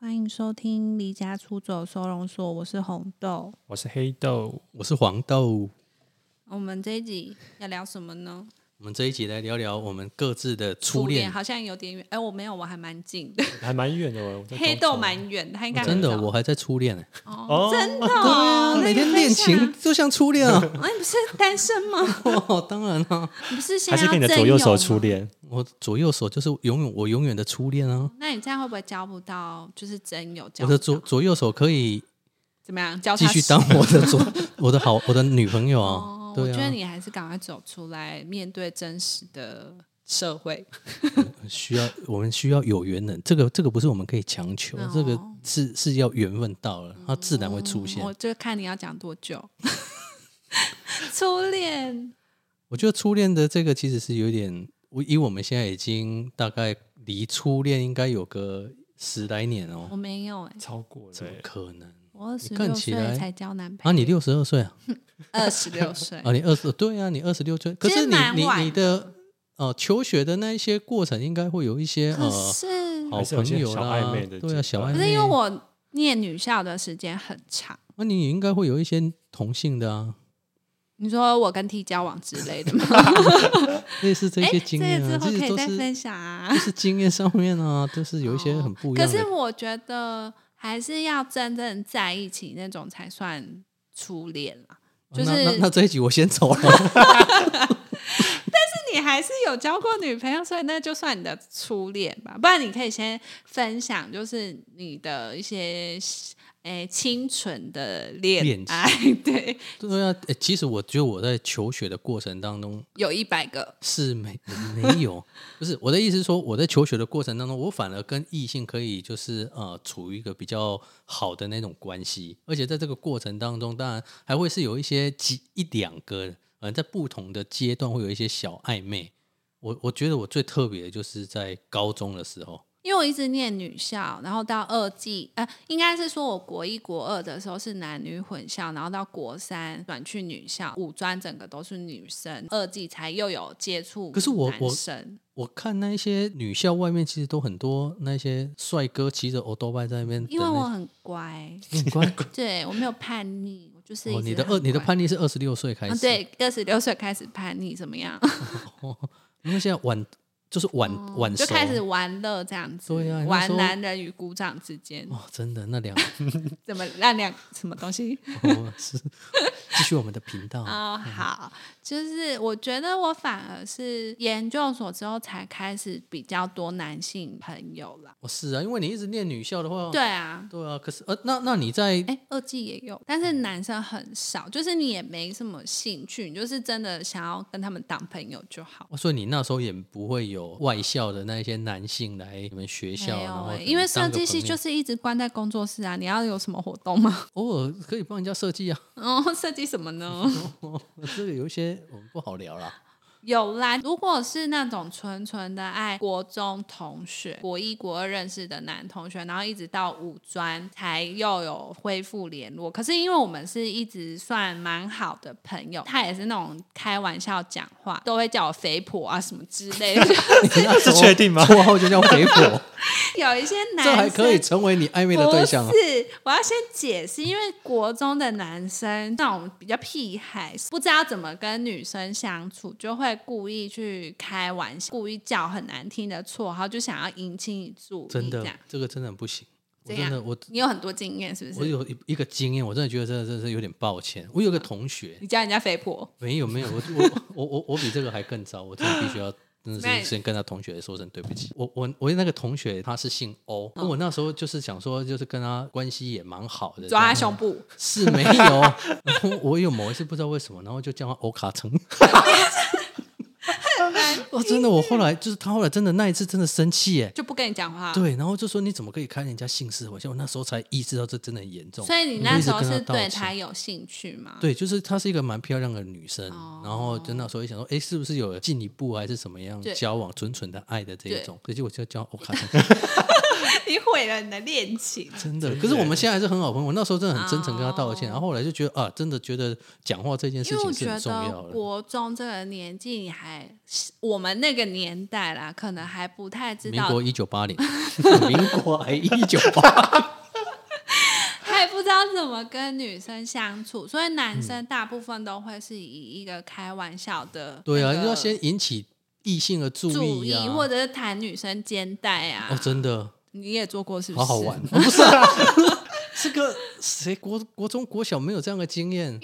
欢迎收听《离家出走收容所》，我是红豆。我是黑豆，我是黄豆。我们这一集要聊什么呢？我们这一集来聊聊我们各自的初恋。好像有点远，哎、我没有，我还蛮近的。还蛮远的哦。我在黑中哦豆轴蛮远，他应该真很的，早我还在初恋 呢。哦，真的对啊，每天恋那个情就像初恋 啊。哎、不是单身吗？哦，当然啊，你不是现还在是要跟你的征左右手友初吗？恋，我左右手就是永远我永远的初恋啊。那你这样会不会交不到？就是真有交我不的到左左右手可以怎么样？交继他续十当啊我的 左我的好我的女朋友啊哦。，我对觉得啊，你还是赶快走出来，面对真实的社会。需要我们需要有缘人，这个这个不是我们可以强求哦，这个是是要缘分到了，它自然会出现嗯。我就看你要讲多久。 初恋，我觉得初恋的这个其实是有点，我以我们现在已经大概离初恋应该有个十来年我哦，没有哎、超过了怎么欸。可能？我二十看六起岁来才交男啊，朋你友，六十二岁啊？二十六岁，啊，你二十对啊，你二十六岁，可其实是你哎蛮你晚你的呃求学的那一些过程，应该会有一些可呃是好还是有些朋友小啦暧昧的，对啊，小暧可昧。是因为我念女校的时间很长，那你应该会有一些同性的啊，你说我跟 T 交往之类的吗？类似 这哎，些经验这个啊，之后可这些以都再分是享啊都。是经验上面啊，都是有一些哦很不一可样的。啊是我觉得还是要真正在一起那种才算初恋啦。就那那是那这一集我先走了。 你还是有交过女朋友，所以那就算你的初恋吧。不然你可以先分享，就是你的一些诶清纯的恋恋情爱。 对，对啊、诶其实我觉得我在求学的过程当中有一百个是没 没有，不是我的意思是说，我在求学的过程当中，我反而跟异性可以就是呃处于一个比较好的那种关系，而且在这个过程当中，当然还会是有一些几一两个，呃，在不同的阶段会有一些小暧昧。我我觉得我最特别的就是在高中的时候，因为我一直念女校，然后到二季，呃，应该是说我国一、国二的时候是男女混校，然后到国三转去女校，五专整个都是女生，二季才又有接触。可是我男生我看那一些女校外面其实都很多那些帅哥骑着欧多拜在那边等因那，为我很乖， 你乖对我没有叛逆，我就是一哦，直你的很二你的乖叛逆是二十六岁开始，啊，，对，二十六岁开始叛逆，怎么样？因为现在晚就是晚、嗯晚哦就熟开始玩乐这样子，对啊那时玩候男人与鼓掌之间，哦，真的那两、怎么那两什么东西？ 哦、是继续我们的 频道，哦，好，就是我觉得我反而是研究所之后才开始比较多男性朋友啦。哦是啊，因为你一直念女校的话，对啊，对啊，可是呃那那你在哎，二季也有，但嗯是男生很少，就是你也没什么兴趣，你就是真的想要跟他们当朋友就好。哦所以你那时候也不会有外校的那一些男性来你们学校，啊没然有后哎、可能因为设当个计系朋就友是一直关在工作室啊，你要有什么活动吗？偶尔可以帮人家设计啊， 哦，设计什么呢？这个有一些我们不好聊啦。 有啦，如果是那种纯纯的爱国中同学，国一国二认识的男同学，然后一直到五专才又有恢复联络。可是因为我们是一直算蛮好的朋友，他也是那种开玩笑讲话都会叫我肥婆啊什么之类的， 你那时候是确定吗绰号就叫肥婆，有一些男这生还可以成为你暧昧的对象啊不？是，我要先解释，因为国中的男生那种比较屁孩，不知道怎么跟女生相处，就会故意去开玩笑，故意叫很难听的绰号，就想要引起你注意。真这的样，这个真的很不行。我怎真样的，我你有很多经验是不我是？有一一个经验，我真的觉得真的真的是有点抱歉。我有个同学，你叫人家肥婆，没有没有，我我我我我比这个还更糟，我真的必须 要。真的那是先跟他同学说声对不起。我我我那个同学他是姓欧，嗯我那时候就是想说，就是跟他关系也蛮好的。抓他这样胸部， 是没有，然后我有某一次不知道为什么，然后就叫他欧卡 城。 我真的，我后来就是他后来真的那一次真的生气耶，就不跟你讲话。对，然后就说你怎么可以开人家性事玩笑？我那时候才意识到这真的很严重。所以你我那一直时候跟是道对歉他有兴趣吗？对，就是她是一个蛮漂亮的女生，哦然后就那时候也想说，哎，是不是有进一步还是怎么样对交往，纯纯的爱的这对一种？所以我就叫欧卡桑， 你毁了你的恋情。真 的。可是我们现在还是很好朋友，我那时候真的很真诚跟她道歉，哦然后后来就觉得啊，真的觉得讲话这件事因为我情是觉很重得要的。国中这个年纪，你还我们那个年代啦，可能还不太知民道国一 九八零，民国还一九八，还不知道怎么跟女生相处，所以男嗯生大部分都会是以一个开玩笑的、对啊，要先引起异性的注注意意，啊，或者是弹女生肩带啊。哦，真的你也做过是不好是？好玩，哦不 是啊， 这个谁国国中国小没有这样的经验，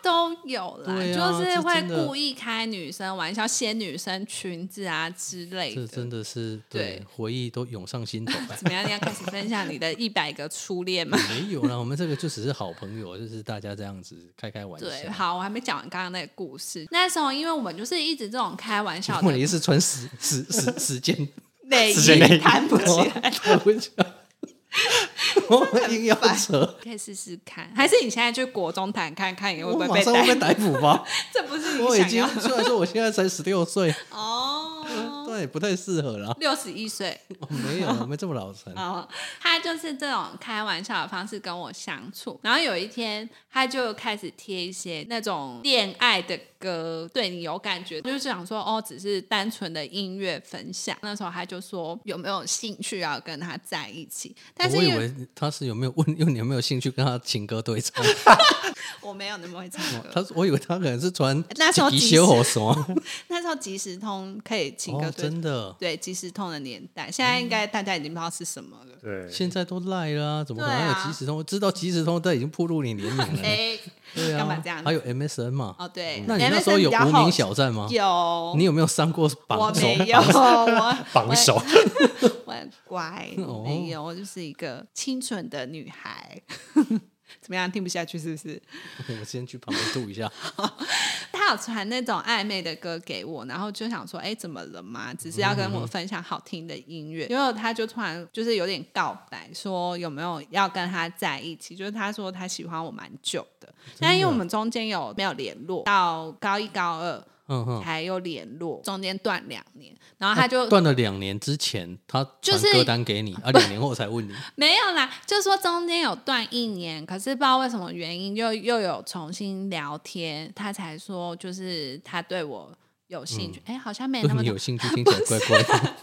都有啦，对啊就是这会真的故意开女生玩笑，掀女生裙子啊之类这的。真的是对对回忆都涌上心头。 怎么样？你要开始分享 你的一百个初恋吗？没有啦，我们这个就只是好朋友，就是大家这样子开开玩笑。对， 好，我还没讲完刚刚那个故事。那时候，因为我们就是一直这种开玩笑问题的是穿时时时 时间内是谁衣弹不起 来，来，我们硬要 扯，可以试试看。还是你现在去国中谈看看，你会我不会马被上会逮？被逮捕吧？这不是 你我已想经要虽然说我现在才十六岁，哦。对，不太适合啦。六十一岁我没有，我没这么老成。哦，他就是这种开玩笑的方式跟我相处。然后有一天，他就开始贴一些那种恋爱的歌，对你有感觉，就是想说哦，只是单纯的音乐分享。那时候他就说有没有兴趣要跟他在一起，但是我以因为为他是有没有问， 问你有没有兴趣跟他情歌 对唱？我没有那么会唱歌。哦他我以为他可能是穿 那时候吉即修火什么？那时候即时通可以 情歌哦，对、真的，对即时通的年代，现在应该大家已经不知道是什么了。对，现在都赖啦、怎么可能对还有啊即时通？知道即时通，但已经暴露你年龄了。 哎、对啊，干嘛这样还有 MSN 嘛？哦对，嗯那你那时候 MSN 有比较无好名小站吗？有，你有没有上过我榜首？没有，我榜首， 我我很乖，我哦没有，我就是一个清纯的女孩。 怎么样？听不下去是不是？ 我先去旁边度一下。他有传那种暧昧的歌给我，然后就想说，哎，怎么了嘛？只是要跟我分享好听的音嗯乐。结果他就突然就是有点告白，说有没有要跟他在一起？就是他说他喜欢我蛮久的，但因为我们中间有没有联络，到高一高二 嗯哼，才有联络，中间断两年，然后啊他就断了两年之前，他就传是哎歌单给你，啊，两年后 才问你。没有啦，就说中间有断一年，可是不知道为什么原因又又有重新聊天，他才说就是他对我有兴趣，哎、好像没那嗯对么你多有， 兴趣，听起来怪怪的。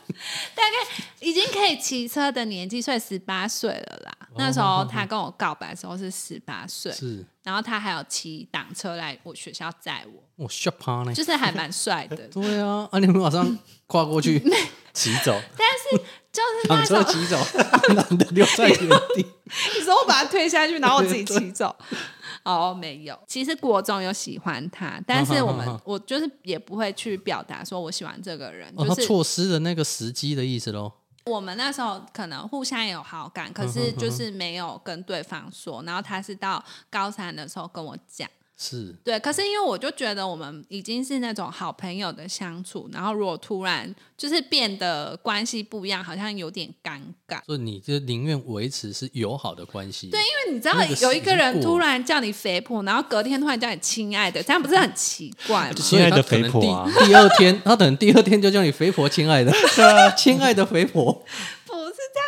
已经可以骑车的年纪，所以十八岁了啦。那时候他跟我告白的时候是十八岁，哦 是，然后他还有骑挡车来我学校载 我，我 s h o p 呢？，就是还蛮帅的 对啊，啊，你们马上跨 过去，啊骑走，就是那挡时车候骑走， 男的留在原地。你说我把他推下去，然后我自己骑 走。哦，没有，其实国中有喜欢他，但是我们哈哈哈我就是也不会去表达说我喜欢这个人，哦，就他是错失了那个时机的意思喽。我们那时候可能互相有好感，可嗯是就是没有跟对方说，然后他是到高三的时候跟我讲。是，对，可是因为我就觉得我们已经是那种好朋友的相处，然后如果突然就是变得关系不一样，好像有点尴尬。所以你就宁愿维持是友好的关系。对，因为你知道那个有一个已人经过突然叫你肥婆，然后隔天突然叫你亲爱的，这样不是很奇 怪吗？亲爱的肥婆啊第第二天，他可能第二天就叫你肥婆，亲爱的， 亲爱的肥婆。不是这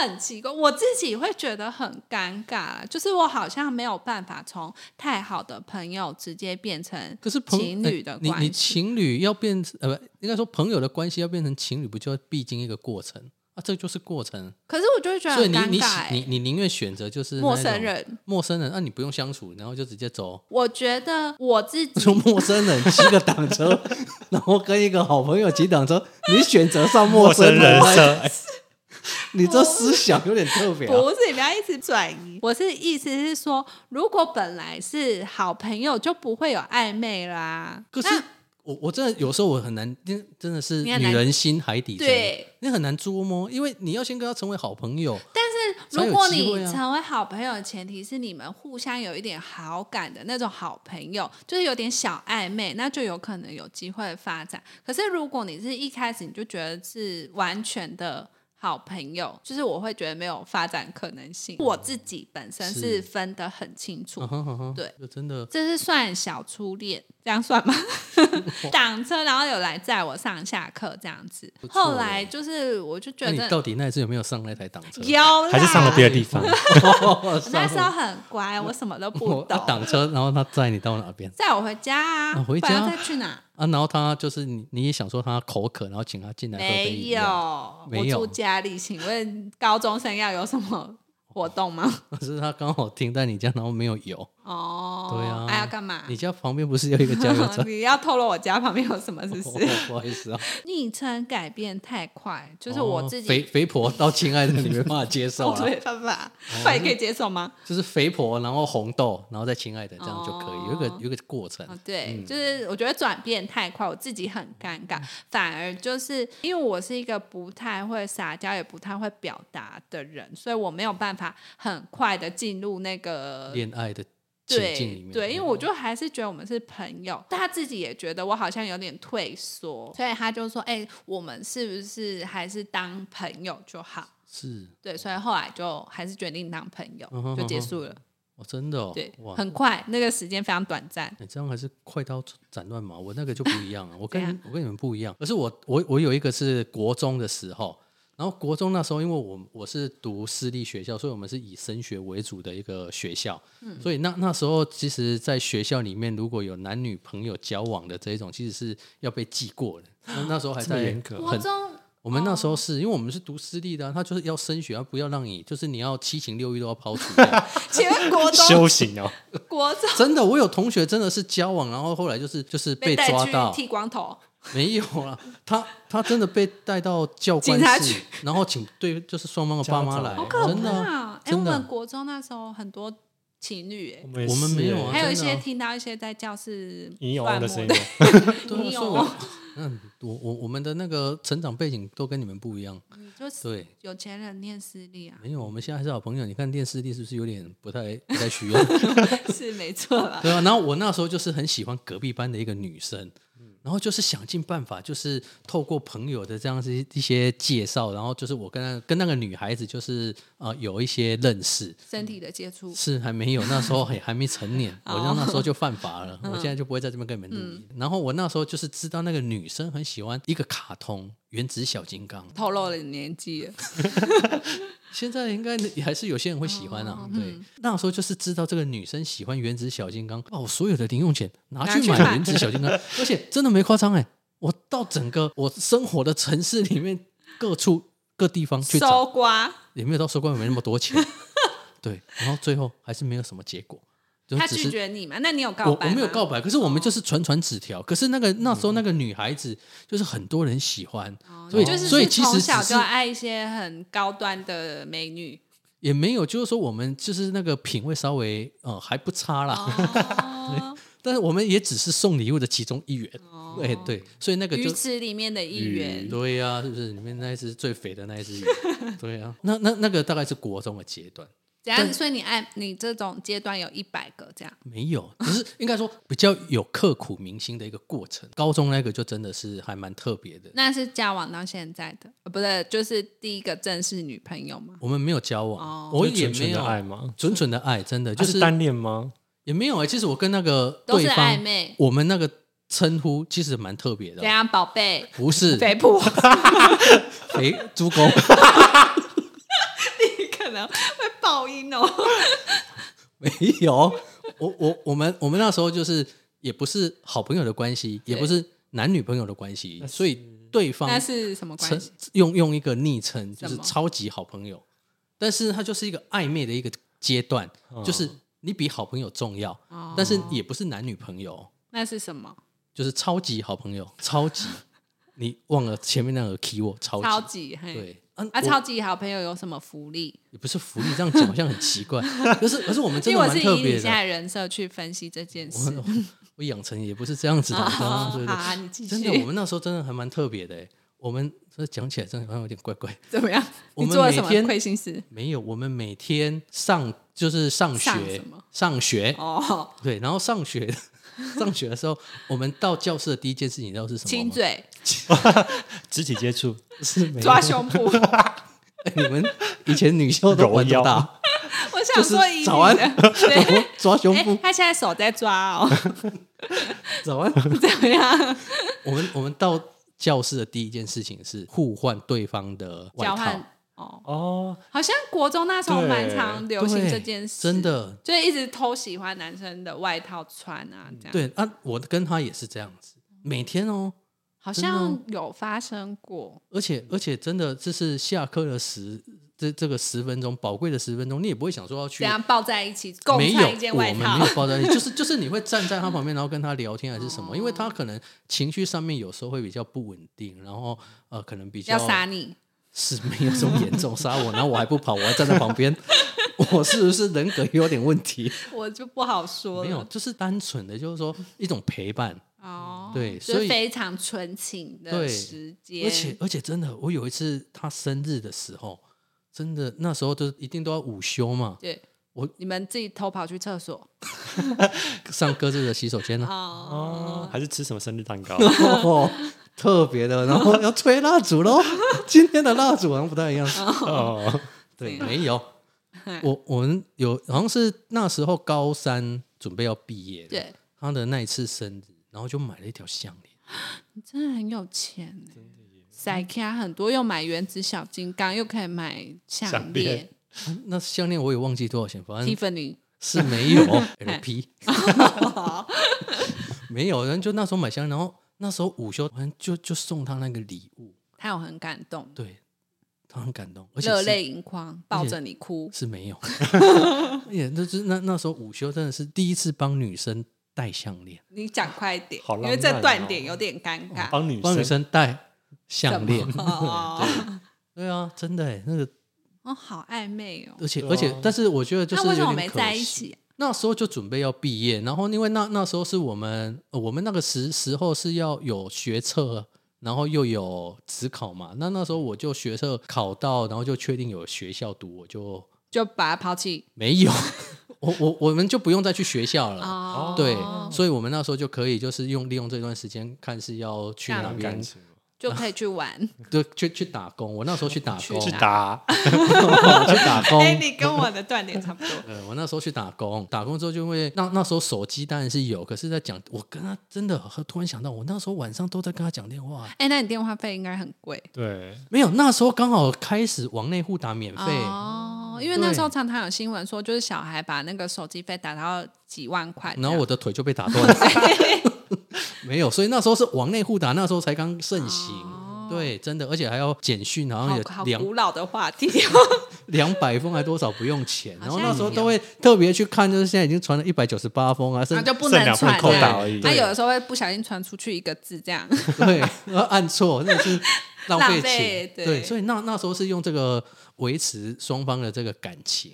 样，是很奇怪。我自己会觉得很尴尬啦，就是我好像没有办法从太好的朋友直接变成可是朋情侣的哎关你你系。情侣要变成呃，不应该说朋友的关系要变成情侣，不就要必经一个过程啊？这就是过程，可是我就会觉得所很以你尴你喜尬、欸，你你宁愿选择就是陌那种生人。陌生人，啊那、你不用相处，然后就直接走。 我觉得我自己说陌生人骑个挡车， 然后跟一个好朋友骑挡车，你选择上陌生人，陌生人 你这思想有点特别、啊。不是，你不要一直转移。我是意思是说，如果本来是好朋友，就不会有暧昧啦。可是那我我真的有时候我很难，真真的是你女很难人心海底针，对，你很难捉摸，因为你要先跟他成为好朋友，但才是，如有果机你会啊成为好朋友的前提是你们互相有一点好感的那种好朋友，就是有点小暧昧，那就有可能有机会发展。可是，如果你是一开始你就觉得是完全的好朋友，就是我会觉得没有发展可能性。我自己本身是是分得很清楚，嗯哼嗯哼对，就真的这是算小初恋。这样算 吗？挡车，然后有来载我上下课这样子。不错后来就是，我就觉那你得到底那一次有没有上那台挡车？ 有啦，还是上了别的地方，哦我上那时候很乖，我什么都不我啊懂。挡车，然后他载你到哪边载我回家啊，啊回不然家再去哪？啊？然后他就是你，你也想说他口渴，然后请他进来喝杯没饮有料，，我没有住家里。请问高中生要有什么 活动吗？可是他刚好停在你家，然后没有油。哦，对啊还要干嘛？ 你家旁边不是有一个加油站？你要透露我家旁边有什么，是不 哦是？不好意思啊，昵称改变太快， 就是我自哦肥己，哦肥婆到亲爱的，你没办法接 受我啊，没办法，那你可以接受吗？就是肥婆，然后红豆，然后再亲爱的，这样就可以，有一个哦有一个过程哦，对，嗯就是我觉得转变太快，我自己很尴尬。反而就是因为我是一个不太会撒娇，也不太会表达的人，所以我没有办法很快的进入那个。恋爱的情境里对面。嗯对，因为我就还是觉得我们是朋友，但他自己也觉得我好像有点退缩，所以他就说：“哎、我们是不是还是当朋友就好是？”对，所以后来就还是决定当朋友嗯哼，就结嗯哼束了。哦，真的哦，对哇，，很快，那个时间非常短暂。哎你这样还是快刀斩乱麻，我那个就不一样 啊了。我跟怎样我跟你们不一样，可是我我我有一个是国中的时候，然后国中那时候，因为我我是读私立学校，所以我们是以升学为主的一个学校，嗯所以那那时候其实，在学校里面如果有男女朋友交往的这一种，其实是要被记过的。那那时候还这么在严格国中我们哦那时候是因为我们是读私立的、啊，他就是要升学，他不要让你，就是你要七情六欲都要抛除掉。 请问国中 修行哦，国中真的，我有同学真的是交往，然后后来就是就是被带抓去到，剃光头， 没有啦，他他真的被带到教官警察室局，然后请对就是双方的爸妈来好，可真的啊，怕！哎，我真的们国中那时候很多情侣哎。们我我们没有啊还有一些真的听到一些在教室你有乱的摸声音哦，对啊，你所以有我哦嗯，我我我们的那个成长背景都跟你们不一样，你就是对，有钱人念私立啊，没有，我们现在还是好朋友。你看电视力是不是有点不太不太需要？ 是没错啦。对啊，然后我那时候就是很喜欢隔壁班的一个女生，嗯然后就是想尽办法，就是透过朋友的这样子一些介绍，然后就是我跟那跟那个女孩子就是呃有一些认识，身体的接触，是还没有，那时候还 还没成年，我那那时候就犯法了，我现在就不会在这边跟你们录音。然后我那时候就是知道那个女生很喜欢一个卡通《原子小金刚》，透露了你年纪了，现在应该还是有些人会喜欢啊。对，那时候就是知道这个女生喜欢原子小金刚，把我所有的零用钱拿去拿去买买原子小金刚，而且真的没夸张哎、我到整个我生活的城市里面各处各地方去找，搜刮。也没有到收官没那么多钱。对，然后最后还是没有什么结果，就他只拒是绝你嘛？那你有告我白吗我哦嗯没有告白，可是我们就是传传纸条。可是那个那时候那个女孩子就是很多人喜欢，哦所以你就是所以是其实从只小是就爱一些很高端的美女。也没有就是说我们就是那个品味稍微呃还不差啦， 哦，但是我们也只是送礼物的其中一员。哦哎、 对，所以那个鱼就池里面的一员。对呀、是不是里面那一只最肥的那一只 鱼？对呀、那那那个大概是国中的阶段。怎样？所以你按你这种阶段有一百个这样，没有，只是应该说比较有刻苦铭心的一个过程。高中那个就真的是还蛮特别的，那是交往到现在的，呃、不是就是第一个正式女朋友吗？我们没有交往，哦我就是也纯纯没有的爱吗？纯纯的爱，真的啊就就是单恋吗？也没有哎、其实我跟那个都对是暧方，昧，啊我们那个称呼其实蛮特别的怎哦，样，宝贝？不是肥婆，肥猪 公，你可能会爆音哦。没有。我我我们我们那时候就是也不是好朋友的关系，也不是男女朋友的关系，所以对方那是什么称关系？用用一个昵称，就是什么超级好朋友，但是他就是一个暧昧的一个阶段，就是你比好朋友重要，哦但是也不是男女朋友，哦那是什么？就是超级好朋 友，超级。你忘了前面那个 key word 超级，超级嘿，对，啊啊，我超级好朋友有什么福利？也不是福利，这样讲好像很 奇怪，可是可是我们真因的为我蛮是特以你别现的，在人设去分析这件事。我我养成也不是这样子的，啊，你知道吗好对对对啊，你继真的，我续们那时候真的还蛮特别的欸，我们这讲起来真的好像有点怪怪，怎么样？我你们做了每什么天亏心事？没有，我们每天上就是上学，上什么上学 哦，对，然后上学上学的时候，我们到教室的第一件事情，你知道是什么亲吗？嘴、肢体接触，是没有抓胸 部。哎你们以前女校都玩多揉大 腰？我想说就是一定早安的，对。 抓胸哎、部，啊他现在手在抓哦，早安。怎么样？我们我们到教室的第一件事情是互换对方的外交套换，哦，哦，好像国中那时候对蛮常流行对这件事，真，的就一直偷喜欢男生的外套穿啊，这样，对啊，我跟他也是这样子，每天哦，好真的像有发生过，而且而且真的，这是下课的十这这个十分钟宝贵的十分钟，你也不会想说要去怎，样抱在一起共没有，穿一件我外们套没，有抱在一起，就是就是你会站在他旁边，然后跟他聊天还是什哦么，因为他可能情绪上面有时候会比较不稳定，然后呃，可能比较要杀你，是没有这么严重杀我，然后我还不跑，我还站在旁边，我是不是人格有点问题？我就不好说没有，了。就是单纯的，就是说一种陪伴。哦，对就所以非常纯情的对时间，而且而且真的，我有一次他生日的时候，真的那时候就是一定都要午休嘛，对，我你们自己偷跑去厕所上各自的洗手 间啊，哦， 还是吃什么生日蛋 糕？哦，特别的，然后要吹蜡烛喽。今天的蜡烛好像不太一样，哦，对，没有。我我们有好像是那时候高三准备要毕业，，对，他的那一次生日，然后就买了一条项链。你真的很有钱欸。塞卡很多，又买原子小金刚，又可以买项项链链。那项链我也忘记多少钱，反正 Tiffany 是没有 LP，没有。然后就那时候买项链，然后那时候午休，反正就就送他那个礼物， 他有很感动，对他很感动，而且热是泪盈眶，抱着你哭。是没有， 也就是那那时候午休真的是第一次帮女生戴项链，你讲快一点，好因啊浪为这漫断哦点有点尴尬。帮女帮女生生戴项链，哦，对啊，真的欸那个，哦，好暧昧哦。而且对啊而且，但是我觉得就那是为什么有没点可在一惜。起啊？那时候就准备要毕业，然后因为那那时候是我们、呃我们那个时时候是要有学测，然后又有职考嘛。那那时候我就学测考到，然后就确定有学校读，我就就把他抛弃没有， 我我我们就不用再去学校了。哦。对，所以我们那时候就可以就是用利用这段时间，看是要去干哪嘛有感边，情吗，就可以去 玩。就去去打工。我那时候去打工，去去 打去打工。哎，你跟我的断点差不多。呃，我那时候去打工，打工之后就会那那时候手机当然是有，可是在讲我跟他真的突然想到，我那时候晚上都在跟他讲电话，哎，那你电话费应该很贵对，没有，那时候刚好开始往内互打免费，哦，因为那时候对常常有新闻说，就是小孩把那个手机费打到几万块这样。然后我的腿就被打断了， 没有，所以那时候是往内互打，那时候才刚盛行。对，真的，而且还要简讯，然后有哦好好两古老的话题哦。两百封还多少不用钱，好然像后那时候有都会特别去看，就是现在已经传了一百九十八封啊，甚 那至就不剩能两份传扣这样打而已他对有的时候会不小心传出去一个字，这样对， 然后按错，那是浪浪费费钱。对所以那那时候是用这个维持双方的这个感情。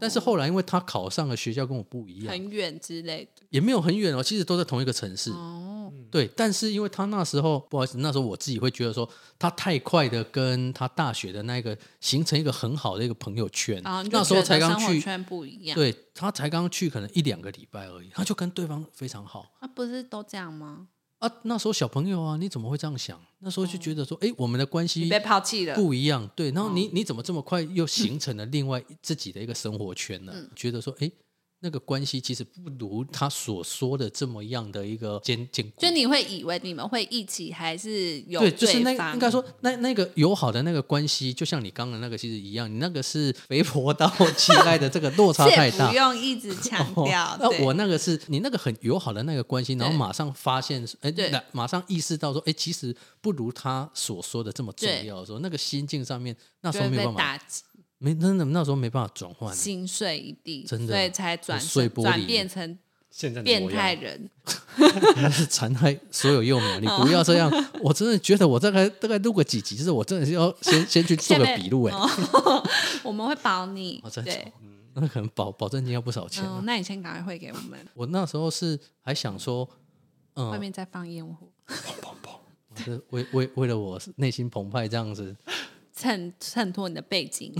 但是后来，因为他考上了学校跟我不一样，哦很远之类的。也没有很远哦，其实都在同一个城市。哦，对，但是因为他那时候不好意思，那时候我自己会觉得说，他太快的跟他大学的那个形成一个很好的一个朋友圈。然后哦你就那时候觉得才刚生活去，圈不一样。对他才刚去，可能一两个礼拜而已，他就跟对方非常好。啊，不是都这样吗？啊，那时候小朋友啊，你怎么会这样想？那时候就觉得说，哎、我们的关你系被抛弃了，不一样，对。然后嗯你你怎么这么快又形成了另外自己的一个生活圈呢？嗯觉得说，哎，那个关系其实不如他所说的这么样的一个坚坚固就。你会以为你们会一起，还是有对，就是那方应该说那那个友好的那个关系，就像你刚刚那个其实一样，你那个是肥婆到期待的这个落差 这太也大哦不。用一直强 调。对那我那个是你那个很友好的那个关系，然后对马上发现，哎对，那马上意识到说，哎，其实不如他所说的这么重对要的时候，那个心境上面那时就候会没有被办法打击，没真的那时候没办法转换，心碎一地，真的所以才转碎玻璃转变成现在的变模态样，人。那是 残害所有幼苗。你不嗯要这样，我真的觉得我大概大概录个几集，就是我真的是要先先去做个下面笔录哎，哦 我们会保你哦，真的对，那可能保保证金要不少钱啊。嗯，那你先赶快汇给我们，我那时候是还想说，嗯外，面再放烟火，是为为为了我内心澎湃这样子，衬衬托你的背 景。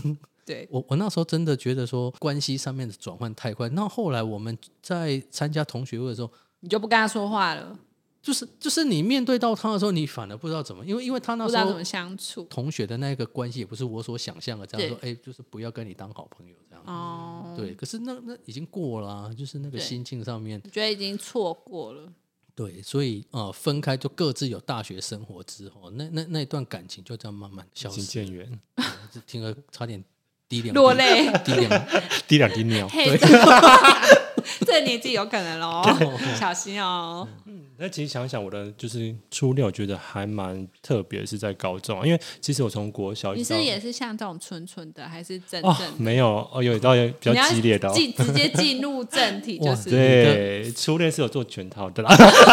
对，我我那时候真的觉得说关系上面的转换太快。那后来我们在参加同学会的时候，你就不跟他说话了，就是就是你面对到他的时候，你反而不知道怎么，因为因为他那不知时道候怎么相处。同学的那个关系也不是我所想象的，这样说，哎、就是不要跟你当好朋友这样。哦，对，可是那那已经过了啊、就是那个对心境上面，我觉得已经错过了。对，所以呃，分开就各自有大学生活之后，那那那一段感情就这样慢慢消请失。渐远，就听了差点滴两滴落，泪。滴两 滴两滴尿。 嘿，这年纪有可能喽，小心哦。那其实想想，我的就是初恋，我觉得还蛮特别，是在高中啊，因为其实我从国小一你直到是也是像这种纯纯的，还是真哦正的？没有哦，有一道也比较你要激烈的、哦，进直接进入正题，哇就是对，初恋是有做全套的啦，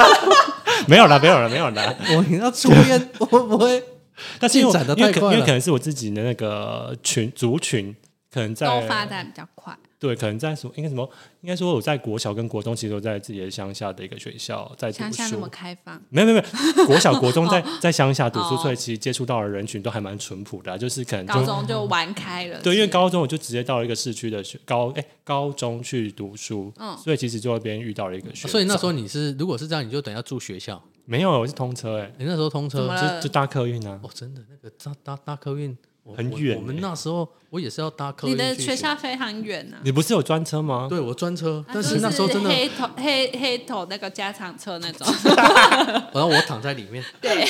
没有啦，没有啦，没有啦。 我你要抽 烟，我不会但是因为进展得因为太可快因为了可能是我自己的那个群族群，可能在都发展比较快。对，可能在什么应该什么应该说我在国小跟国中其实都在自己的乡下的一个学校在读乡下那么书。开放，没有没有没 有，国小国中在在乡下读书，哦所以其实接触到的人群都还蛮淳朴的啊、就是可能高就中就玩开了。对，因为是高中我就直接到了一个市区的学高哎、高中去读书，嗯所以其实就那边遇到了一个学长，哦所以那时候你是，如果是这样，你就等下住学校。没有我是通车哎、你那时候通怎车么了，就就搭客运啊，哦，真的那个搭搭搭客运我很我远我们欸那时候我也是要搭客你运的去学校非常远呢。你不是有专车吗？对我专车，啊但就是那时候真的，黑头黑黑头那个加长车那种， 然后我躺在里面，对，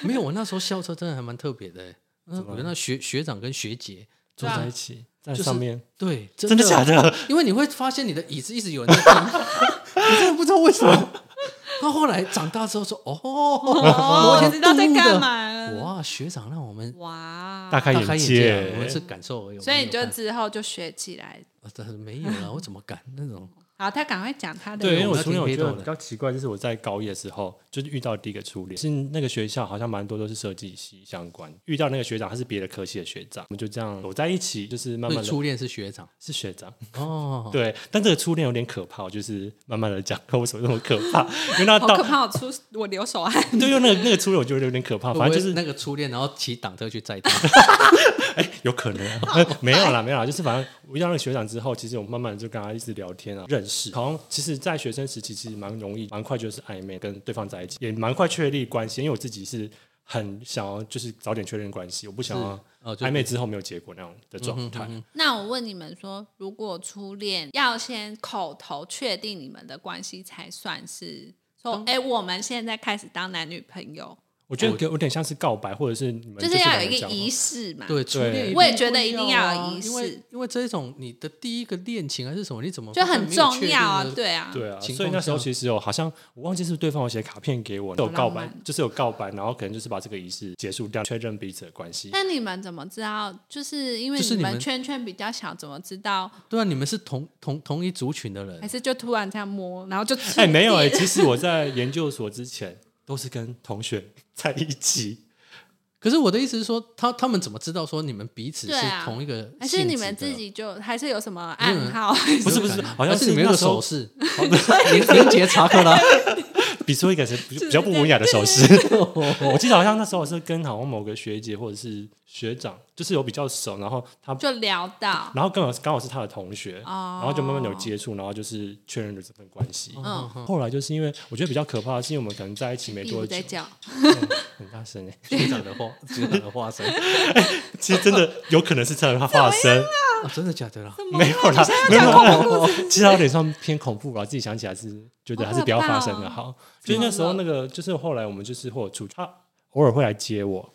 没有我那时候校车真的还蛮特别的欸，嗯，么我跟那学学长跟学姐坐对啊在一起，在就是上面，对， 真的假？的？因为你会发现你的椅子一直有人在动，你真的 不知道为什么。到后来长大之后说，哦，哦我，我先知道在顿悟干的。嘛了。哇，学长让我们哇，大开大开眼眼界界，，啊我们是感受而已。所以你就我之后就学起来。没有看啊但是没有了，我怎么敢那种？好，他赶快讲他的对，因为人物。我初恋我觉我得们要听黑豆的比较奇怪，就是我在高一的时候，就是遇到第一个初恋，是那个学校好像蛮多都是设计系相关，遇到那个学长他是别的科系的学长，我们就这样走在一起，就是慢所慢以的初恋是学长是学长，哦，对，但这个初恋有点可怕，我就是慢慢的讲，为什么那么可怕？因为那好可到怕！我出我流手汗，对，因为那个那个初恋我觉得有点可怕，会不反正会就是那个初恋，然后骑挡车去载他。有可能、啊 哦呃 没有啦，哎没有啦，就是反正我遇到那个学长之后，其实我慢慢地就跟他一直聊天啊，认识。好像其实，在学生时期其实蛮容易，蛮快就是暧昧，跟对方在一起，也蛮快确立关系。因为我自己是很想要，就是早点确认关系，我不想要哦，就暧昧之后没有结果那样的状嗯态。 那我问你们说，如果初恋要先口头确定你们的关系，才算是说，哎、我们现在开始当男女朋友，我觉得有点像是告白，或者是你们就是是要有两一人个讲话仪式嘛。，对，初对恋定我也觉得会一定要要有啊仪因为式因为这种你的第一个恋情还是什么，你怎么就会很没有重确定要啊呢，对啊。对啊，情所以况那时候下其实有好像我忘记是不是对方有写卡片给我，有好告浪白漫，就是有告白，然后可能就是把这个仪式结束掉，确认彼此的关系。那你们怎么知道？就是因为就是你你们们圈圈比较小，怎么知道？对啊，你们是同同同一族群的还人，是就突然这样摸，然后就哎、没有哎、哎、其实我在研究所之前都是跟同学在一起，可是我的意思是说，他他们怎么知道说你们彼此对是啊同一个性质的？还是你们自己就还是有什么没有人暗号？不是不是，好像还是你们有那个时候手势， 连 连接查克拉，比出一 个是比是比较不文雅的手势。我记得好像那时候我是跟好像某个学姐或者是学长，就是有比较熟，然后他就聊到然后刚好刚好是他的同学，哦然后就慢慢有接触，然后就是确认了这份关系。嗯后来就是因为我觉得比较可怕的是，因为我们可能在一起没壁多虎久嗯在，叫， 很大声哎，学长的化学长的化身，其实真的有可能是真的啊发生，哦真的假的啦？啊没有啦，没有啦， 其实它有点算偏恐怖吧。自己想起来是觉得还是哦不要发生的好。就是那时候那个，就是后来我们就是或者出去，他偶尔会来接我，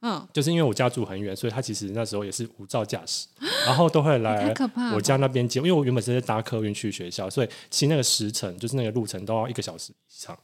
嗯，就是因为我家住很远，所以他其实那时候也是无照驾驶，然后都会来太可怕了吧我家那边接我。因为我原本是在搭客运去学校，所以其实那个时程就是那个路程都要一个小时以上。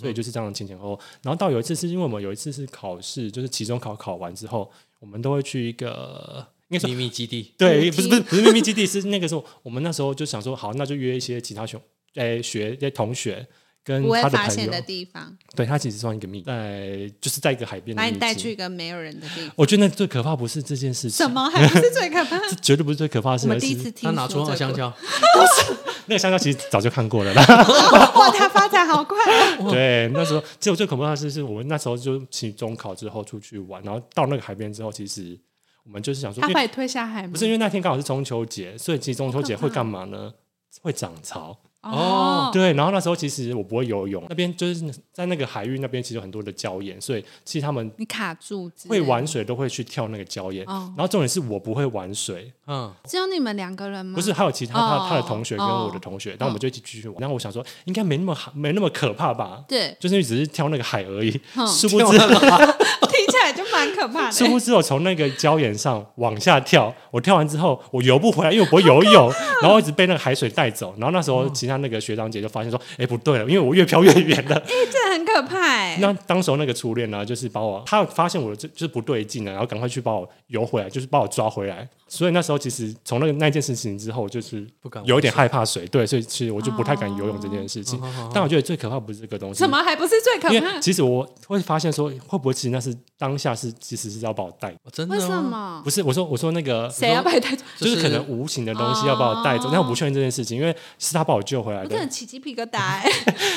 所以就是这样前前后后，哦然后到有一次是因为我们有一次是考试，就是期中考考完之后，我们都会去一个应该说秘密基地，对，秘密不基是不是不是秘密基地，是那个时候我们那时候就想说，好，那就约一些其他学诶、学诶同学跟不会他的发朋现友，的地方，对他其实算一个秘密，在就是在一个海边的把秘你境带去一。个没有人的 地方。我觉得那最可怕不是这件事情什，么还不是最 可怕？这绝对不是最可怕的事我们情，而第一次是他听拿出说那这个香个蕉，那个香蕉其实早就看过 了啦。哦哇，他发展好快啊！对，那时候其实我最可怕的事是我们那时候就期中考之后出去玩，然后到那个海边之后，其实我们就是想说，他因为把你 推下海吗？不是因为那天刚好是中秋节，所以其实中秋节会干嘛呢？会涨潮，哦，对，然后那时候其实我不会游泳，那边就是在那个海域那边其实有很多的礁岩，所以其实他们你卡住之类会的玩，水都会去跳那个礁岩。哦然后重点是我不会玩水，嗯，只有你们两个人吗？不是，还有其他他、哦嗯他的同学跟我的同学，然后我们就一起继续玩。然后我想说，应该没那么没那么可怕吧？对，就是因为只是跳那个海而已，嗯殊不知听起来就蛮可 怕殊的。不知我从那个礁岩上往下跳，我跳完之后我游不回来，因为我不会游泳，然后一直被那个海水带走。然后那时嗯候其他那个学长姐就发现说，哎、不对了，因为我越飘越远了。这很可怕哎、那当时候那个初恋呢，就是把我，他发现我这就是不对劲啊了，然后赶快去把我游回来，就是把我抓回来。所以那时候其实从那个那件事情之后，就是不敢玩有一点害怕水，对，所以其实我就不太敢游泳这件事情。但我觉得最可怕不是这个东西，什么还不是最可因怕为？其实我会发现说，会不会其实那是当下是其实是要把我带，哦真的为什吗？么不？是我说我说那个谁要把你带走？就就是是可能无形的东西要把我带走哦，但我不确定这件事情，因为是他把我救回来我的真。的起鸡皮疙瘩哎、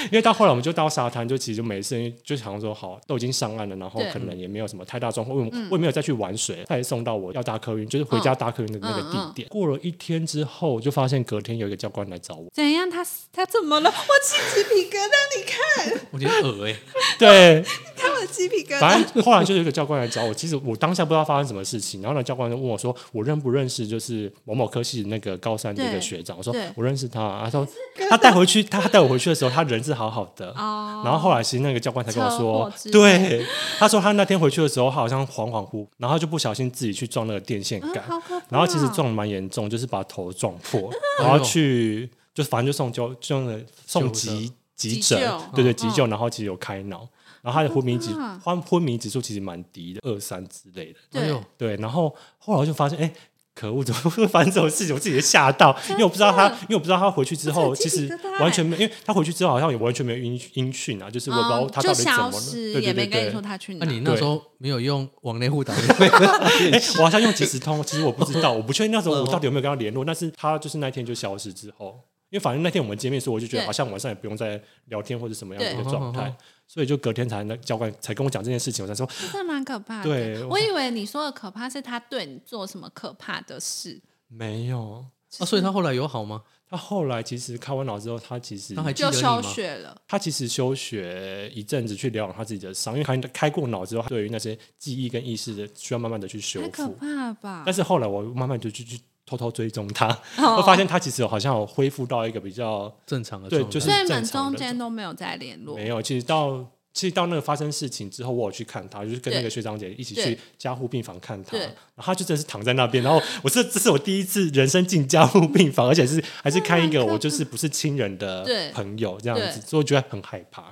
因为到后来我们就到沙滩，就其实就没事，因为就想说好都已经上岸了，然后对，可能也没有什么太大状况，我也我也没有再去玩水，他也送到我要搭客运，就是回家搭客运的那个地点。过了一天之后，我就发现隔天有一个教官来找我 怎样？他他怎么了？我起鸡皮疙瘩，你看，我觉得恶哎，对，你看我的鸡皮疙瘩反。正后来就有一个教官来找我，其实我当下不知道发生什么事情，然后呢，教官就问我说，我认不认识就是某某科系那个高三的一个对学长？我说对我认识他啊，他说他带回去，他带我回去的时候，他人是好好的。哦然后后来其实那个教官才跟我车祸说之，对，他说他那天回去的时候，他好像恍恍惚，然后就不小心自己去撞那个电线杆，嗯好可怕哎然后其实撞得蛮严重，就是把头撞破，然后去就反正就送就就那个送急急急诊救，对对嗯急救，然后其实有开脑。然后他的昏迷指好可昏昏迷指数其实蛮低的，二三之类的。对哎呦对，然后后来我就发现，哎，可恶，怎么会发生这种事情？我自己也吓到，因为我不知道他，因为我不知道他回去之后，我真的鸡皮其实疙瘩完全没，因为他回去之后好像也完全没有音音讯啊，就是我也不知道哦他到就底怎么消了，失，对对也对没跟你说对。啊他去哪。那你那对时候没有用往内互打？ 哎，我好像用即时通，其实我不知道，我不确定那时候嗯我到底有没有跟他联络，但是他就是那天就消失之后，因为反正那天我们见面时，我就觉得对好像晚上也不用再聊天或者什么样的一个对状态，所以就隔天才那教官才跟我讲这件事情，我才说真的蛮可怕的。对我以为你说的可怕是他对你做什么可怕的事，没有。啊，所以他后来有好吗？他后来其实开完脑之后，他其实他还记得就你休吗？学了。他其实休学一阵子去疗养他自己的伤，因为他开过脑之后，他对于那些记忆跟意识的需要慢慢的去修太可复。怕了吧！但是后来我慢慢就去去偷偷追踪他，哦我发现他其实有好像有恢复到一个比较正常的对状态就是所以你们正常中的间都没有再联络没。有。其实到其实到那个发生事情之后，我有去看他，就是跟对那个学长姐一起对去加护病房看他，对然后他就真的是躺在那边。然后我这这是我第一次人生进加护病房，而且是还是看一个哦可怕我就是不是亲人的对朋友这样对子，所以我觉得很害怕，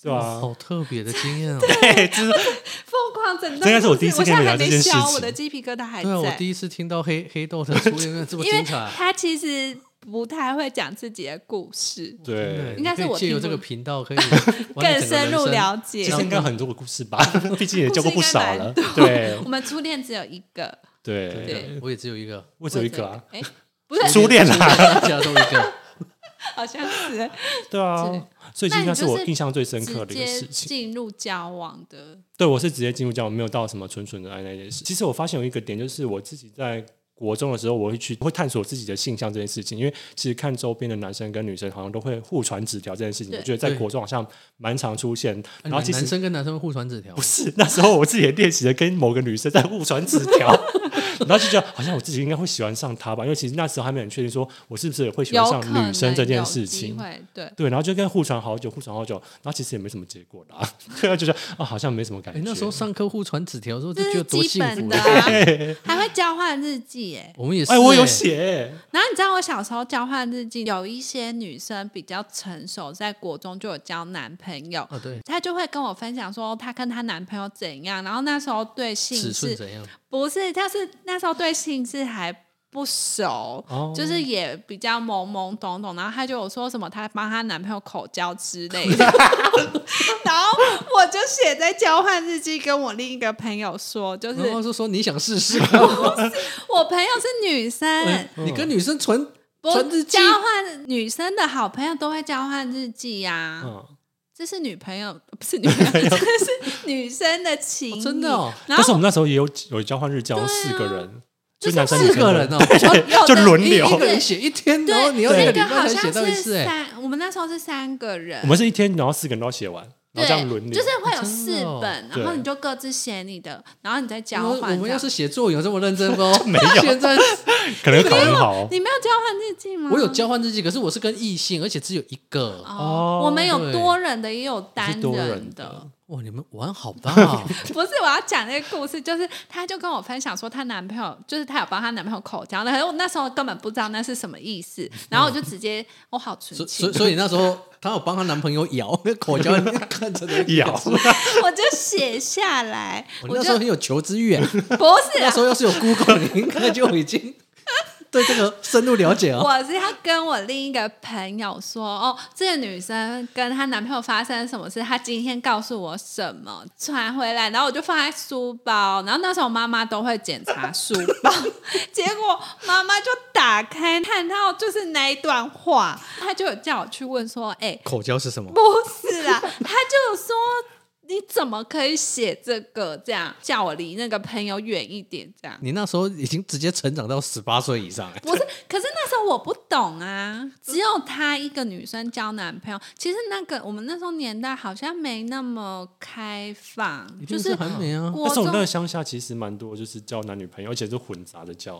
对吧、啊？ 好特别的经 验哦。对，就是疯狂整这应该是我第一次我现在还跟你聊没这件事消，情我的鸡皮疙瘩还对啊，我在。第一次听到黑黑豆的初恋那这么因为精彩。他其实不太会讲自己的故事， 对对，应该是你可以我借听由过这个频道可以完更整个人深入生了解其。实应该有很多个故事 吧，毕竟也教过不少了嗯故。对 我们初恋只有一个，对对我也只有一个，我 只有一个啊，哎，不是，初 恋啊啦，大家都一个。好像是对啊，所以那应你该就是是我印象最深刻直的一个接事情。进入交往的。对我是直接进入交往，没有到什么纯纯的爱那件事。其实我发现有一个点，就是我自己在。国中的时候，我会去会探索自己的性向这件事情，因为其实看周边的男生跟女生好像都会互传纸条这件事情，对我觉得在对国中好像蛮常出现。 然后啊其你们实男生跟男生互传纸条不，是，那时候我自己也练习了跟某个女生在互传纸条， 然后就觉得好像我自己应该会喜欢上她吧，因为其实那时候还没很确定说我是不是也会喜欢有可上能女生这件有事机情。会对，对，然后就跟互传好久，互传好久，然后其实也没什么结果啦， 对啊，就觉得啊，好像没什么感觉。哎，那时候上课互传纸条的时候就这觉是得多基幸本福的、啊。啊，还会交换日记耶。我们也是，哎，我有哎写欸，然后你知道我小时候交换日记，有一些女生比较成熟，在国中就有交男朋友，啊，对，她就会跟我分享说她跟她男朋友怎样，然后那时候对性尺寸是怎样？不是，她是那时候对性是还不熟。哦，哎就是也比较懵懵懂懂，然后她就有说什么她帮她男朋友口交之类的，然后我就写在交换日记跟我另一个朋友说，就是然后就说你想 试试，我朋友是女生，你跟女生传哦不传日记交，换女生的好朋友都会交换日记呀、哦嗯，这是女朋友，不是女朋 友，这是女生的情谊、哦真的哦然但是后我们那时候也有有交换日记，好像对啊四个人，就就是男生女四生个的人哦， 有就的轮一流一一个个人写一天，然后你要一那个礼个拜好才像写到一是次，哎，三，我们那时候是三个人，我们是一天，然后四个人都要写完，对然后这样轮流。就是会有真的四哦本，对然后你就各自写你的，然后你再交我换这们样。我们要是写作文有这么认真 吗？没有现在可能考很好哦你没有交换日记吗？ 我有交换日记，可是我是跟异性，而且只有一个。哦哦，我们有对多人的，也有单是多人的的。哇，你们玩好大、 哦！不是，我要讲那个故事，就是她就跟我分享说，她男朋友就是她有帮她男朋友口交，然后我那时候根本不知道那是什么意 思，然后我就直接我好所纯所情以，所以那时候她有帮她男朋友咬那口交， 看着 那个咬。我就写下来，我我那时候就很有求知欲、啊，不是 那啊时。候要是有 Google，你应该就已经对这个深入了解 啊。我是要跟我另一个朋友说，哦，这个女生跟她男朋友发生什么事，她今天告诉我什么，传回来，然后我就放在书包，然后那时候妈妈都会检查书包，结果妈妈就打开看到就是那一段话，她就有叫我去问说，哎、口交是什么？不是啦，他就说你怎么可以写这个？这样叫我离那个朋友远一点，这样。你那时候已经直接成长到十八岁以上、哎不是，可是那时候我不懂啊，只有她一个女生交男朋友。其实那个我们那时候年代好像没那么开放，一定就是是还没啊。国但是中我们那个乡下其实蛮多，就是交男女朋友，而且是混杂的交，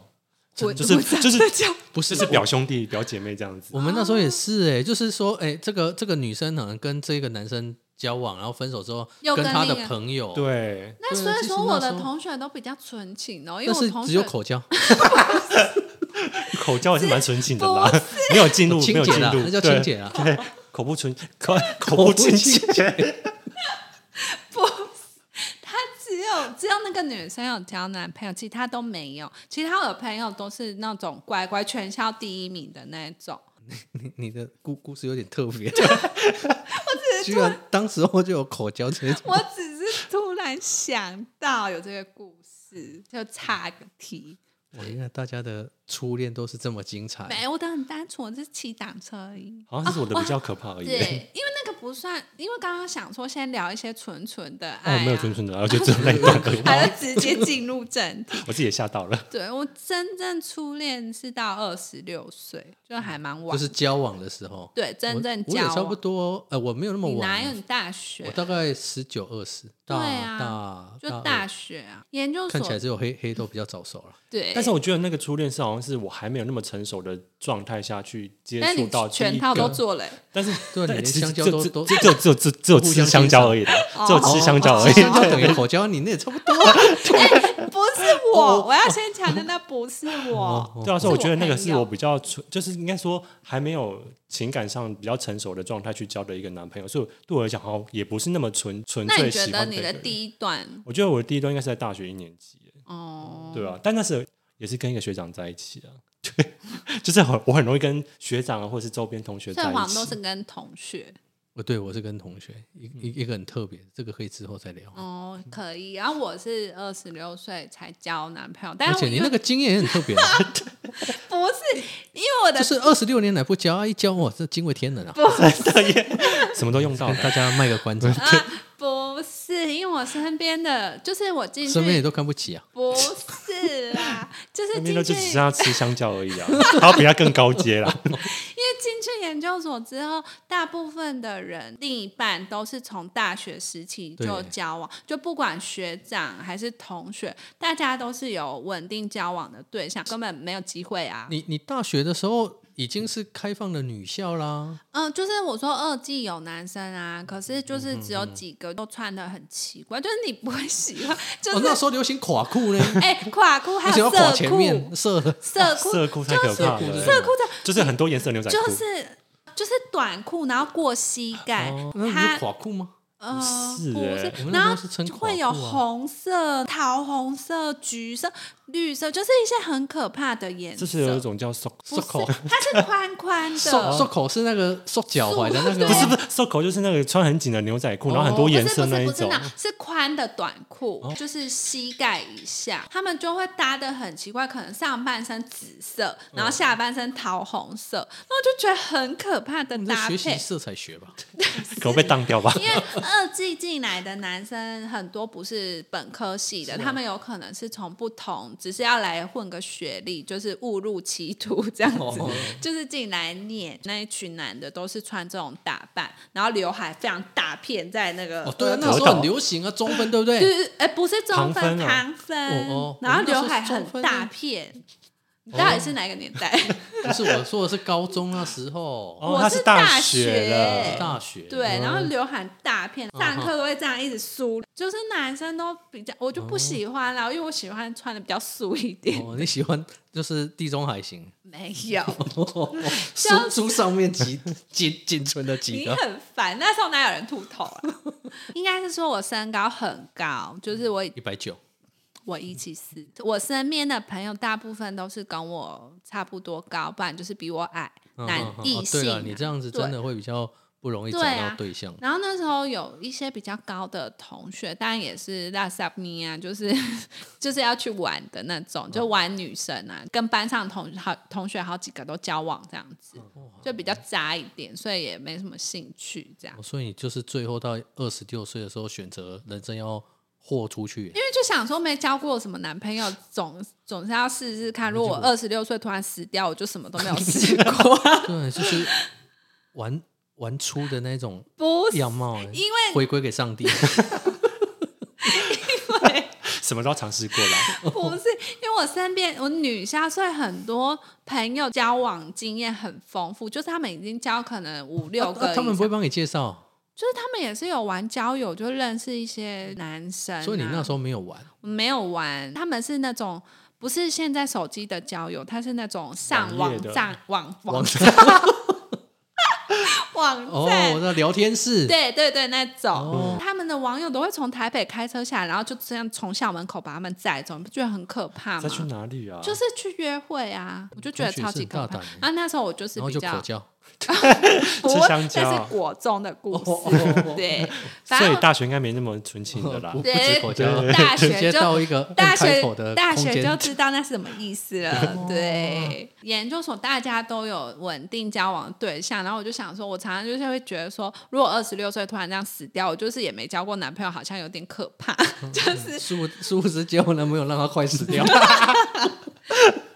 混就是混杂就是的交不是是表兄弟、表姐妹这样子。我们那时候也是哎、就是说哎、这个这个女生可能跟这个男生交往，然后分手之后又跟跟她另的一朋友，，对，那对所啊以其说实我那的时候同学都比较纯情哦，因为但我是同只学有口交，口交也是蛮纯情的啦，没有进入，没清有进洁啦，入，那叫对清洁啦。对，口不纯，口口不清洁，只有只有那个女生有交男朋友，其他都没有。其他我的朋友都是那种乖乖全校第一名的那一种。你 你的故故事有点特别， 居然当时候就有口交这种。我只是突然想到有这个故事，就差个题。我原来大家的初恋都是这么精彩，没，我都很单纯，我是骑挡车而已。哦好像是我的比较可怕而已。对，因为那个不算，因为刚刚想说先聊一些纯纯的爱、哦啊，，没有纯纯的，而且只有那一段可怕，还是直接进入正题。我自己也吓到了。对我真正初恋是到二十六岁，就还蛮晚。就是交往的时候，对，真正我我也交差不往多，呃，我没有那么你晚哪啊，有你大学我？大概十九二十，大对啊大就大大学啊，研究二，所看起来只有黑黑豆比较早熟了。对，但是我觉得那个初恋是好像是我还没有那么成熟的状态下去接但触你到第全一套都个，做 了欸、但是对你连其实香蕉就都只都就只有只有只只有互吃相香欣蕉赏而已的，只有吃香哦哎蕉而已。香蕉等于口交，你那也差不多。不是哦我，我要先强调那不是我。对哦啊，所以是我我觉得那个朋是友我比较纯，就是应该说还没有情感上比较成熟的状态去交的一个男朋友，所以对我来讲，好像也不是那么纯纯那粹你觉喜得欢你一个的人第一段我觉得我的第一段应该是在大学一年级，哦？对啊，但那时候也是跟一个学长在一起啊，对， 就是很我很容易跟学长啊，或者是周边同学所以在一黄都是起。跟同学我呃对我是跟同学一一一个很特别，这个可以之后再聊。嗯哦，可以。然后我是二十六岁才交男朋友，但而是且哎我你因那为个经验也很特别，啊不是因为我的 就是二十六年来不交，啊一交我这惊为天人啊！什么都用到跟了，大家卖个关子， 不是，因为我身边的就是我进身边也去都看不起啊。不是啦，就是那进边都就只去剩下吃香蕉而已啊，还要比他更高阶啦。因为进去研究所之后，大部分的人另一半都是从大学时期就对交往，就不管学长还是同学，大家都是有稳定交往的对象，根本没有机会啊。你你大学的时候已经是开放的女校啦，嗯，就是我说二季有男生啊，可是嗯就是只有几个都穿的很奇怪，就是你不会喜 欢，就哦，那是时候流行垮裤呢， 哎、垮裤还而且要有垮色前裤，面 啊射的， 色裤色裤太可怕就是了，色裤的就是很多颜色的牛仔就裤，是就是短裤，然后过膝盖，哦那不它是垮裤吗？呃，是不欸是我们那时然候后是撑就垮会有裤啊红色、桃红色、橘色、绿色，就是一些很可怕的颜色。就是有一种叫 sock 不 sock 是口，它是宽 宽的，瘦瘦口是那个瘦脚踝的那个吗，不不是不是 sock 就是那个穿很紧的牛仔裤，然后很多哦不颜是色不那是一不是种。那，是宽的短裤，就是膝盖以下，他们就会搭的很奇怪，可能上半身紫色，然后下半身桃红色，那我就觉得很可怕的你在搭学习配。色彩学吧？可能被当掉吧。因为二二季进来的男生很多不是本科系的，他们有可能是从不同，只是要来混个学历，就是误入歧途这样子，哦就是进来念。那一群男的都是穿这种打扮，然后刘海非常大片在那个哦，对啊，额头那时候很流行啊，中分对不就对？是哎、不是中糖分分，啊糖分，哦哦然后我们那时刘候海是中很分啊哦大片。你到底是哪个年代？ 不是我说的是高中那时候，哦，我他是大大学学了，大学对，然后哦刘海大嗯片，上课都会这样一直梳，就是男生都比较，我就不喜欢啦，因为我喜欢穿的比较素一点。哦哦，你喜欢就是地中海型， 没 有，书书上面几仅仅存的几你个，很烦。那时候哪有人秃头啊？ 应该是说我身高很高，就是我一百九，我一七四，我身边的朋友大部分都是跟我差不多高，不然就是比我矮，嗯男嗯嗯异哦性对啊、了，你这样子对真的会比较不容易找对到啊对象。然后那时候有一些比较高的同学，当然也是拉萨米啊，就是 就是要去玩的那种，就玩女生啊，跟班上同好同学好几个都交往这样子，就比较渣一点，所以也没什么兴趣这样哦。所以你就是最后到二十六岁的时候，选择人生要豁出去因，为就想说没交过什么男朋友，总总是要试试看。如果我二十六岁突然死掉，我就什么都没有试过。 对，就是玩 玩出的那种不是样貌，因因为回归给 上帝。什么都要尝试过啦。不是，因为我身边我女校，所以很多朋友交往经验很丰富，就是他们已经交可能五六个以上、啊他们不会帮你介绍，就是他们也是有玩交友，就认识一些男生啊、所以你那时候没有玩，我没有玩，他们是那种。不是现在手机的交友，他是那种上网网页的站网网网 网哦，站我的聊天室，对对对，那种、哦他们的网友都会从台北开车下来，然后就这样从校门口把他们载走，你不觉得很可怕再吗？去哪里啊？就是去约会啊，我就觉得超级可怕同学是很大胆。啊，那时候我就是然后比就较口交，不吃香蕉那是果中的故哦事，对，反所以正大学应该没那么纯情的啦不。不止对口交， 大直学接就到一个大 M 开学口的大空学就 间，哦知道那是什么意思 了。对，研究所大家都有稳定交往对象，然后我就想说，我常常就是会觉得说，如果二十六岁突然这样死掉，我就是也没交过男朋友，好像有点可怕。 就是殊不殊不知结婚男朋友让他快死掉，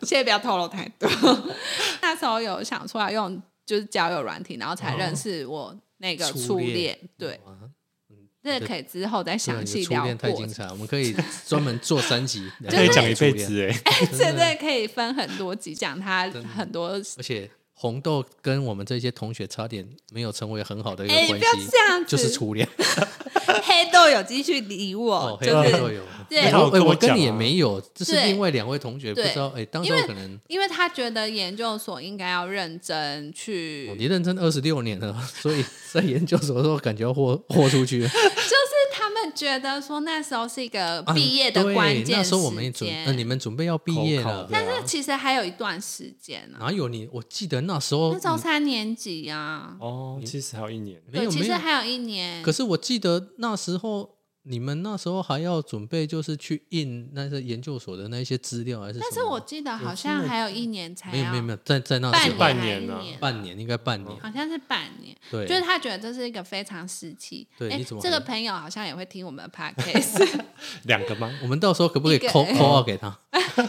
现在不要透露太多。 那时候有想说要用就是交友软体，然后才认识我那个哦初初恋恋。 对，这个可以之后再对，啊详你细的初聊恋太过 精彩，我们可以专门做三集，是可以讲你一的初辈恋，子哎，真的可以分很多集讲他很多。而且红豆跟我们这些同学差点没有成为很好的一个哎、你关不要系这，样子，就是初恋， 黑豆有继续理我，哦，黑就豆是豆有。对哎他有我哎跟我我跟讲你也啊没有，这是对另外两位同学不对知道。哎，当时因为我可能因为他觉得研究所应该要认真我去，哦你认真二十六年了， 所以在研究所的时候感觉要豁豁出去了。就是他们觉得说那时候是一个啊毕业的对关键那时候我时们也准，间呃，你们啊准备要毕业了口口，的但是其实还有一段时间呢、哪有你？我记得那时候那时候你三年级啊，哦，其实还有一年。没有对，其没实有，还有一年可。是我记得那时候你们那时候还要准备，就是去印那些研究所的那些资料还是什么？但是我记得好像还有一年才没有要没有没有，在在那半时候半年年啊还一年半年应该半年，好像是半年。对，就是他觉得这是一个非常时期。对诶你怎么这还个朋友好像也会听我们的 podcast， 两个吗？我们到时候可不可以一个 扣扣号给他，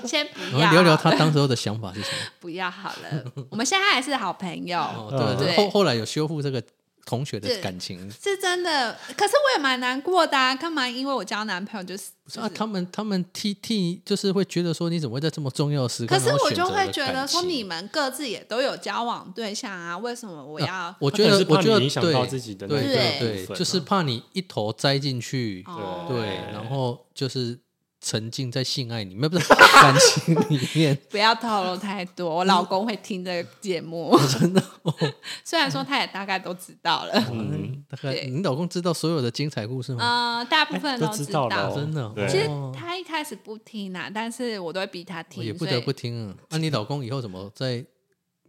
先我不们要聊聊好他了当时候的想法是什 么？不要好了，我们现在还是好朋友。哦，嗯对对，对后后来有修复这个同学的对感情。是真的，可是我也蛮难过的、啊。干嘛？因为我交男朋友就是，不是啊，他们他们替替就是会觉得说，你怎么会在这么重要的时刻？可是然后我选就择会了觉得感说，情你们各自也都有交往对象啊，为什么我 要？我他觉可能得是，我怕觉得你影响到对自己的对那个对部分啊就是怕你一头栽进去，哦对，然后就是沉浸在性爱里面，不是感情里面。不要透露太多，我老公会听这个节 目。哦真的、 虽然说他也大概都知道了，嗯，大概对你老公知道所有的精彩故事吗？嗯、大部分都知知道了哦，真的对哦其实他一开始不听啦、但是我都会逼他听，我也不所得以不听啊。那你老公以后怎么在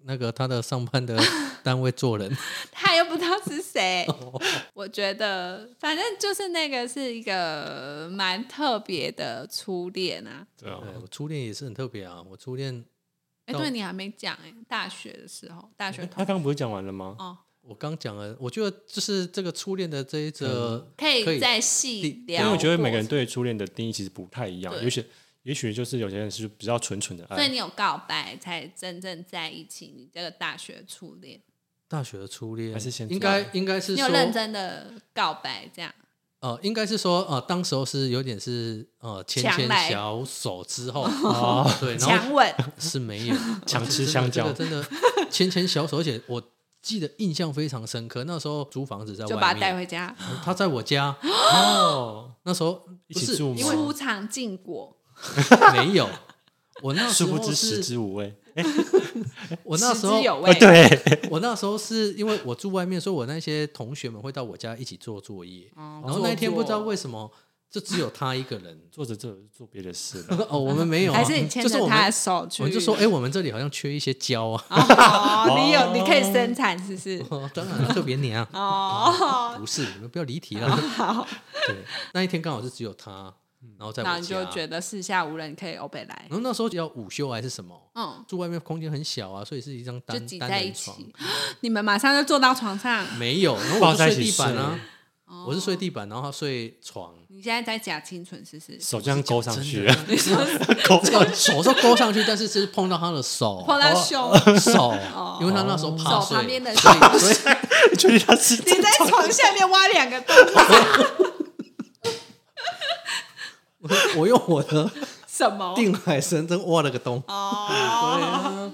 那个他的上班的单位做人？ 他又不知道是 谁。我觉得，反正就是那个是一个蛮特别的初恋啊。对啊对，我初恋也是很特别啊，我初恋哎、到欸对你还没讲哎、大学的时候，大学他同刚刚不是讲完了吗？哦，我刚讲了，我觉得就是这个初恋的这一则，可可以以再细第聊。因为我觉得每个人，对初恋的定义其实不太一样，对有些也许就是有些人是比较纯纯的所以爱，你有告白才真正在一起，你这个大学初恋，大学的初恋还是现在应该应该是你说有认真的告白这样？呃，应该是说呃，当时候是有点是呃牵强牵来小手之后，哦、对，然后强吻，是没有强吃真的香蕉哦这个真的牵牵小手，而且我记得印象非常深刻。那时候租房子在就把外他带面，回家，他在我 家，哦，那时候一不起是住吗因为出场禁果。没有。我那时殊不候知食是，之无味，我那时食候之有味，啊，对， 。我那时候是因为我住外面，所以我那些同学们会到我家一起做作业。哦然后那一天做不知道为什么，就只有他一个人 做着做着做别的 事了，哦，我们没有、啊，还是你牵就是我着们他的手去？我就说，哎、我们这里好像缺一些胶啊，哦，你有，你可以生产，是不 是？当然了特别啊娘。哦，不是，你们不要离题了。好， 对，那一天刚好是只有他，然后在我然家。后你就觉得四下无人，可以欧北来然，后那时候要午休还是什么，嗯，住外面空间很小啊，所以是一张就单挤单在人一床。起， 你们马上就坐到床上。没有，然后我抱就在一睡起地板啊睡，哦我是睡地板，然后他睡床。你现在在假清纯，是不是？手这样勾上去，你说是勾上去，手是勾上去，但是是碰到他的手，碰到 胸，手，因为他那时候怕手睡，旁边的所以所以你确定他是你在床下面挖两 个洞，我用我的什么？定海神针挖了个洞。对哦，啊，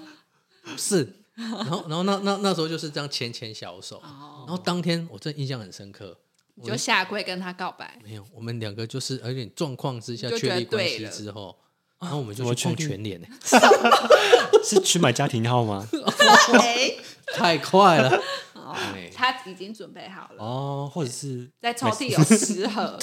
是。然后，然后那那那时候就是这样牵牵小手。哦然后当天我真的印象很深刻，你就下跪跟他告 白，没有，我们两个就是有点状况之下你就觉确得立关对系了之后，然后我们怎就么去逛确定全联、欸，是去买家庭号吗？哎， 太快了。哦对他已经准备好了，哦，或者是在抽屉有十盒，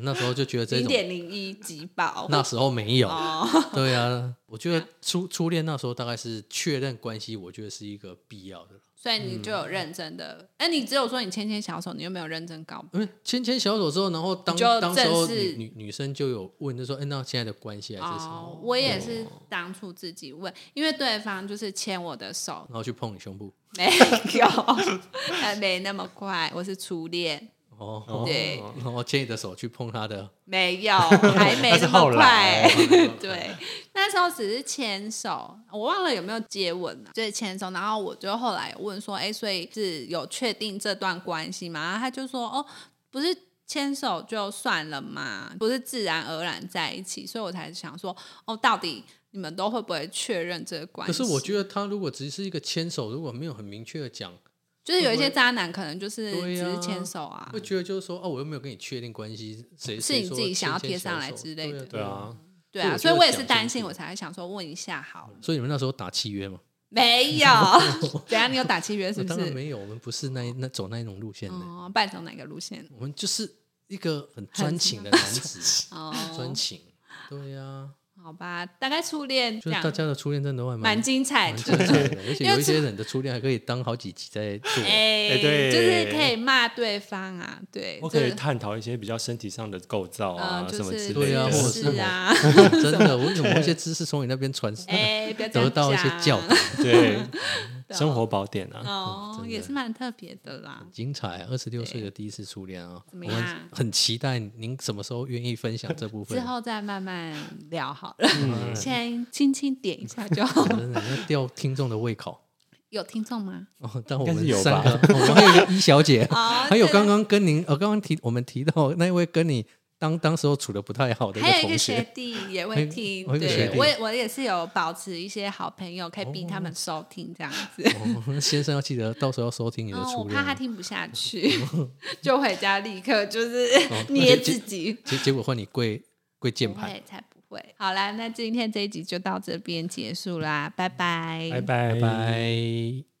那时候就觉得 这零种，点零一集宝。那时候没有。哦，对啊，我觉得初初恋那时候大概是确认关系，我觉得是一个必要的。所以你就嗯有认真的，哎，你只有说你牵牵小手，你又没有认真告白。因为牵牵小手之后，然后当你就当时候正式女女女生就有问，就说：“哎、那现在的关系还是什么？”哦，我也是当初自己问，因为对方就是牵我的手， 然后去碰你胸部。没 有，还没那么快，我是初恋，哦， 对，然后牵你的手去碰他的，没 有，还没那么快那是后来。 对，那时候只是牵手，我忘了有没有接吻啊，就是牵手。然后我就后来有问说，哎、所以是有确定这段关系吗？然后他就说，哦，不是。牵手就算了嘛，不是自然而然在一起，所以我才想说，哦，到底你们都会不会确认这个关可系？是我觉得他如果只是一个牵手，如果没有很明确的讲，就是有一些渣男可能就是对只呀是牵手啊，会觉得就是说，哦，我又没有跟你确定关系，谁是谁你说自己想要牵贴牵上小来手之类的对啊，对所以啊，我所以觉得我也是讲担清心，楚我才想说问一下好了。所以你们那时候打契约嘛？没 有， 怎样？你有打契约是那不当然是？没有，我们不是那一那走那一种路线的，哦，半走哪个路线？我们就是一个很专情的男子，哦，专情。对呀、啊，好吧，大概初恋就这是样大，家的初恋真的还蛮蛮精彩 蛮的。精彩的，而且因为有一些人的初恋还可以当好几集在做。哎哎，对就是可以骂对方啊，对，我可以就是探讨一些比较身体上的构造啊呃，什就么之是类对啊的或者姿是势啊， 真的，我有某一些知识从你那边传， 哎，不要这得样到一些讲教导，嗯对生活宝典啊，哦，也是蛮特别的啦。精彩。二十六岁的第一次初恋啊，我怎么样们很期待您什么时候愿意分享这部之分。后再慢慢聊好了，嗯先轻轻点一下就好。 真的要吊听众的胃口。有听众吗？ 哦，但应我该们是有三吧个，哦我们还有一 个一小姐，哦还有对刚刚跟您，呃，刚刚提我们提到那一位跟你当当时候处的不太好的一还有一同个学学，弟也还会有听， 还有一个学对弟我也我也是有保持一些好朋友，可以逼他们收听这样子。哦先生要记得到时候要收听你的然后我初怕恋他哦。听不下 去，就回家立刻就是 哦捏自己。结结果换你跪跪 键不盘，会，才不会。好啦，那今天这一集就到这边结束啦，拜拜，拜拜拜拜。